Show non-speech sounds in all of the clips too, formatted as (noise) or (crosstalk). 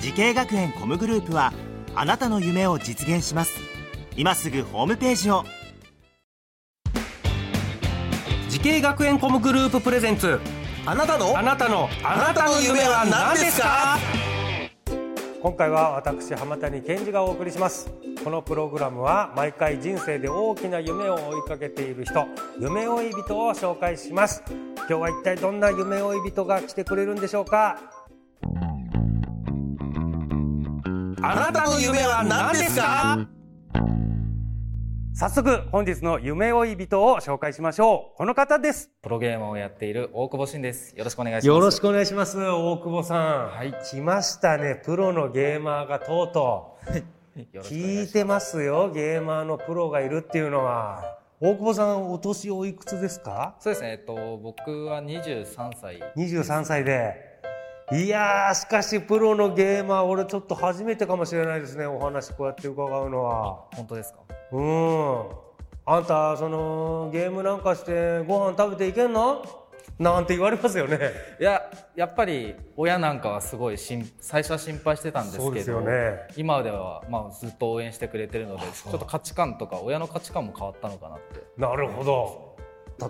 時系学園コムグループはあなたの夢を実現します今すぐホームページを時系学園コムグループプレゼンツあなたのあなたのあなたの夢は何ですか今回は私浜谷健二がお送りしますこのプログラムは毎回人生で大きな夢を追いかけている人夢追い人を紹介します今日は一体どんな夢追い人が来てくれるんでしょうかあなたの夢は何ですか早速本日の夢追い人を紹介しましょうこの方ですプロゲーマーをやっている大久保慎です。よろしくお願いします。よろしくお願いします大久保さんはい来ましたねプロのゲーマーがとうとうよろしくお願聞いいしてますよゲーマーのプロがいるっていうのは大久保さんお年おいくつですかます。そうですね。えっと、僕は23歳。 23歳でいやーしかしプロのゲーマー俺ちょっと初めてかもしれないですねお話こうやって伺うのは本当ですかうんあんたそのゲームなんかしてご飯食べていけんのなんて言われますよねいや、やっぱり親なんかはすごい心最初は心配してたんですけど、そうですよね今では、まあ、ずっと応援してくれてるので、ちょっと価値観とか、親の価値観も変わったのかなって。なるほど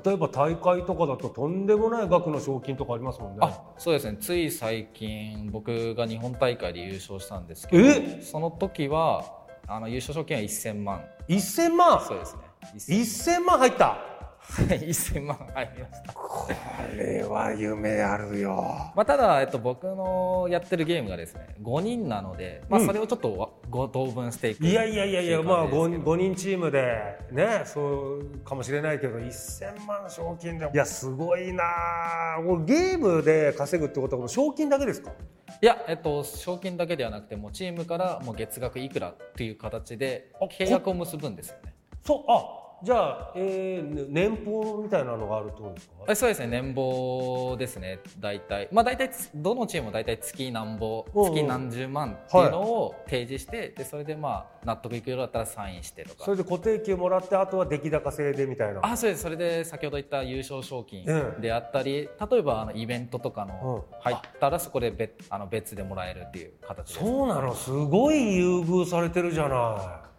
例えば大会とかだととんでもない額の賞金とかありますもんねあそうですねつい最近僕が日本大会で優勝したんですけえどその時はあの優勝賞金は1000万1000万そうですね1000万入ったはい1000万 (laughs) 入りましたあれは夢あるよまあ、ただ、えっと、僕のやってるゲームがですね5人なので、まあ、うんそれをちょっとわご等分していくいやいやいやいっやてう感まあじです 5, けど5人チームでねそうかもしれないけど1000万賞金でいやすごいなあもうゲームで稼ぐってことはこの賞金だけですかいや、えっと、賞金だけではなくてもうチームからもう月額いくらっていう形であ契約を結ぶんですよねそうあじゃあ、えーね年俸みたいなのがあるってことですかえそうですね年俸ですね大体まあ大体つどのチームも大体月何ぼおうおう月何十万っていうのを提示して、でそれでまあ納得いくようだったらサインしてとそかれで固定給もらってあとは出来高制でみたいなあそうですそれで先ほど言った優勝賞金うんであったり、例えばあのイベントとかのう入ったらそこで別あの別でもらえるっていう形ですそうなのすごい優遇されてるじゃない、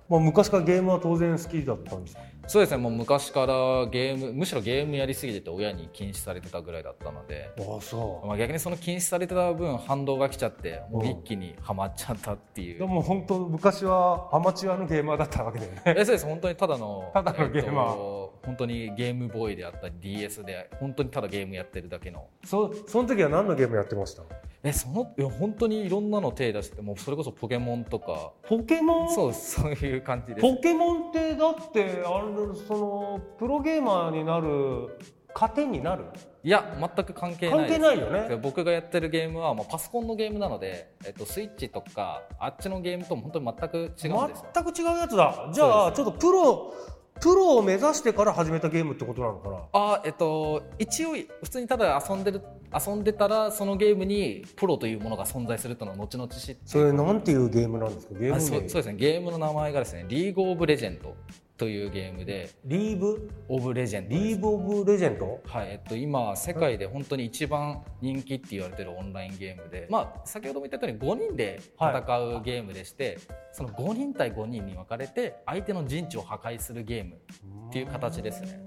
まあ、昔からゲームは当然好きだったんですかそうですねもう昔からゲームむしろゲームやりすぎてて親に禁止されてたぐらいだったので、ああそうまあ、逆にその禁止されてた分反動が来ちゃってもおうう一気にはまっちゃったっていうでも本当昔はアマチュアのゲーマーだったわけだよねえそうです本当にただのただのゲーマーえっと本当にゲームボーイであったり DS で本当にただゲームやってるだけの (laughs) そその時は何のゲームやってましたえそのいや本当にいろんなの手出してもうそれこそポケモンとかポケモンそう (laughs) そういう感じですポケモンってだってあれそのプロゲーマーになる糧になるいや全く関係ないで関係すないよね僕がやってるゲームは、まあ、パソコンのゲームなので、えっと、スイッチとかあっちのゲームとも本当に全く違うんですよ全く違うやつだじゃあ、ちょっとプロプロを目指してから始めたゲームってことなのかなあえっと一応普通にただ遊んでる遊んでたらそのゲームにプロというものが存在するというのは後々知ってそれなんていうゲームなんですかゲームあ名そうそうですねゲームの名前がですねリーグ・オブ・レジェンドというゲームでリーブオブ・レジェンドですリーブ・オブ・レジェンドはいえっと、今世界で本当に一番人気って言われてるオンラインゲームで、まあ、先ほども言ったように5人で戦うゲームでして、その5人対5人に分かれて相手の陣地を破壊するゲームっていう形ですね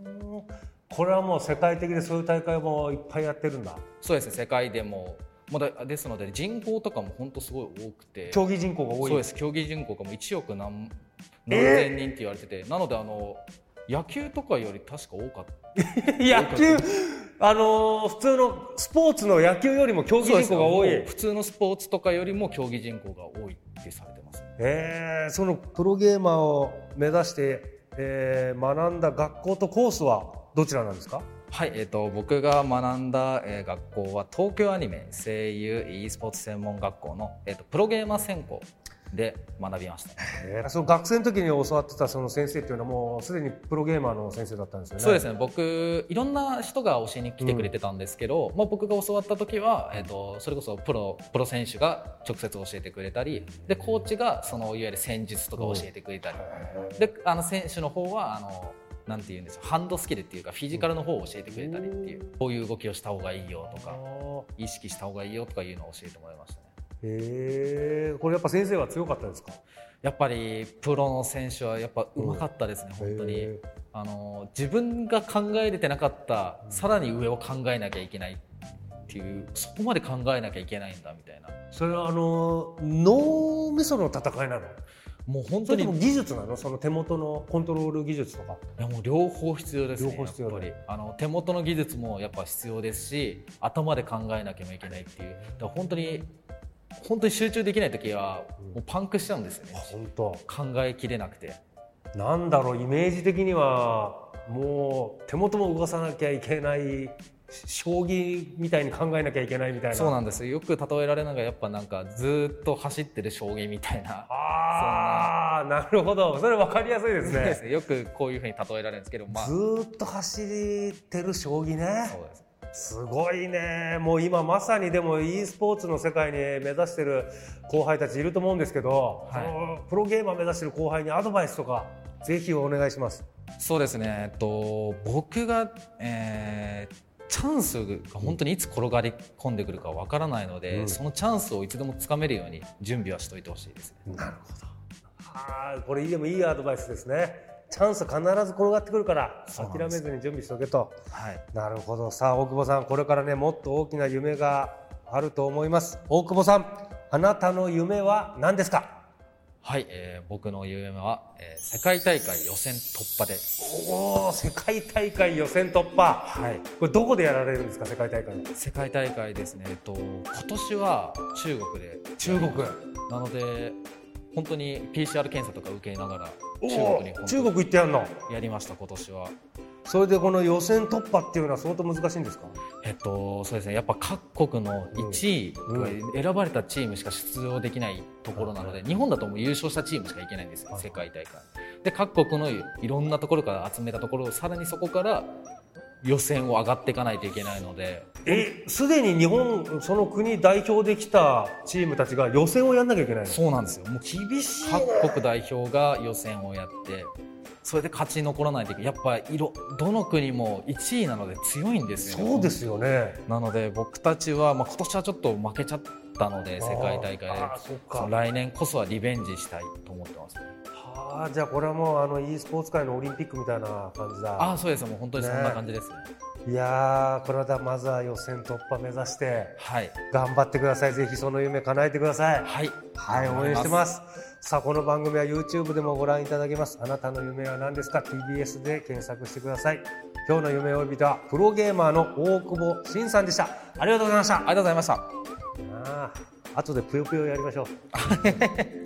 これはもう世界的でそういう大会もいっぱいやってるんだそうですね世界でももうだですので人口とかも本当すごい多くて競技人口が多いそうです競技人口がもう1億何何千人って言われてて、なのであの野球とかより確か多かった (laughs) 野球あのー普通のスポーツの野球よりも競技人口が多い普通のスポーツとかよりも競技人口が多いってされてます、えーそのプロゲーマーを目指して、えー学んだ学校とコースはどちらなんですかはい、えっ、と僕が学んだ、えー学校は東京アニメ声優 e スポーツ専門学校のえっ、とプロゲーマー専攻で学びました、えーその学生の時に教わってたその先生っていうのはもうすでにプロゲーマーの先生だったんですよね。そうですね僕いろんな人が教えに来てくれてたんですけど、まあ、僕が教わった時は、えー、とそれこそプロプロ選手が直接教えてくれたりでコーチがそのいわゆる戦術とか教えてくれたり、であの選手の方はあのなんて言うんですかハンドスキルっていうかフィジカルの方を教えてくれたりっていう、こういう動きをした方がいいよとあかー。意識した方がいいよとかいうのを教えてもらいましたねへえ。これやっぱ先生は強かったですか。やっぱりプロの選手はやっぱうまかったですね、本当へにえあの自分が考えれてなかったさらに上を考えなきゃいけないっていうそこまで考えなきゃいけないんだみたいなそれはあの脳みその戦いなの。もう本そ当れにともい技術なの。その手元のコントロール技術とか。やもう両方必要ですね両方必要だやっぱりあの手元の技術もやっぱ必要ですし頭で考えなきゃいけないっていうだから本当に本当に集中できない時はもうパンクしちゃうんですよねあ、本当。考えきれなくて。なんだろうイメージ的にはもう手元も動かさなきゃいけないし将棋みたいに考えなきゃいけないみたいな。そうあなんですよよく例えられるのがやっぱなんかずーっと走ってる将棋みたいなあーなるほど。それわかりやすいですですね。 (laughs) ねよくこういうふうに例えられるんですけどまあずそうーっと走ってる将棋ね。ですすごいね、もう今まさにでも e スポーツの世界に目指してる後輩たちいると思うんですけど、はいそのプロゲーマー目指してる後輩にアドバイスとか、ぜひお願いします。そうですねえっと僕が、えーチャンスが本当にいつ転がり込んでくるかわからないので、うんそのチャンスをいつでもつかめるように準備はしておいてほしいですねなるほど。ああ、これでもいいアドバイスですね。チャンス必ず転がってくるから、そうなん諦でめすずに準備しておけと。はいなるほど。さあ、大久保さん、これからね、もっと大きな夢があると思います。大久保さん、あなたの夢は何ですかはい、えー僕の夢は、えー世界大会予選突破でおお、世界大会予選突破。はいこれどこでやられるんですか、世界大会は。世界大会ですね、えっと、今年は中国で中国なので本当に PCR 検査とか受けながらお中国にー本中当国行ってやるのにやりました今年はそれでこの予選突破っていうのは相当難しいんですかえっとそうですねやっぱ各国の1位、う選ばれたチームしか出場できないところなので、日本だともう優勝したチームしか行けないんですよ、はい世界大会で各国のいろんなところから集めたところをさらにそこから予選を上がっていかないといけないのでえすでに日本その国代表できたチームたちが予選をやんなきゃいけないのそうなんですよもう厳しいね各国代表が予選をやってそれで勝ち残らないといけないやっぱ色どの国も1位なので強いんですよねそうですよねなので僕たちは、まあ、今年はちょっと負けちゃったので世界大会であーそっそかの来年こそはリベンジしたいと思ってます、ね、はあじゃあこれはもうあの e スポーツ界のオリンピックみたいな感じあだあそうですもう本当にそんな感じですねいやーこれはまずは予選突破目指してはい頑張ってくださいぜひその夢叶えてくださいはいはい、応援してます。さあ、この番組は YouTube でもご覧いただけます。あなたの夢は何ですか ?TBS で検索してください。今日の夢追い人は、プロゲーマーの大久保慎さんでした。ありがとうございました。ありがとうございましたああ後でぷよぷよやりましょう。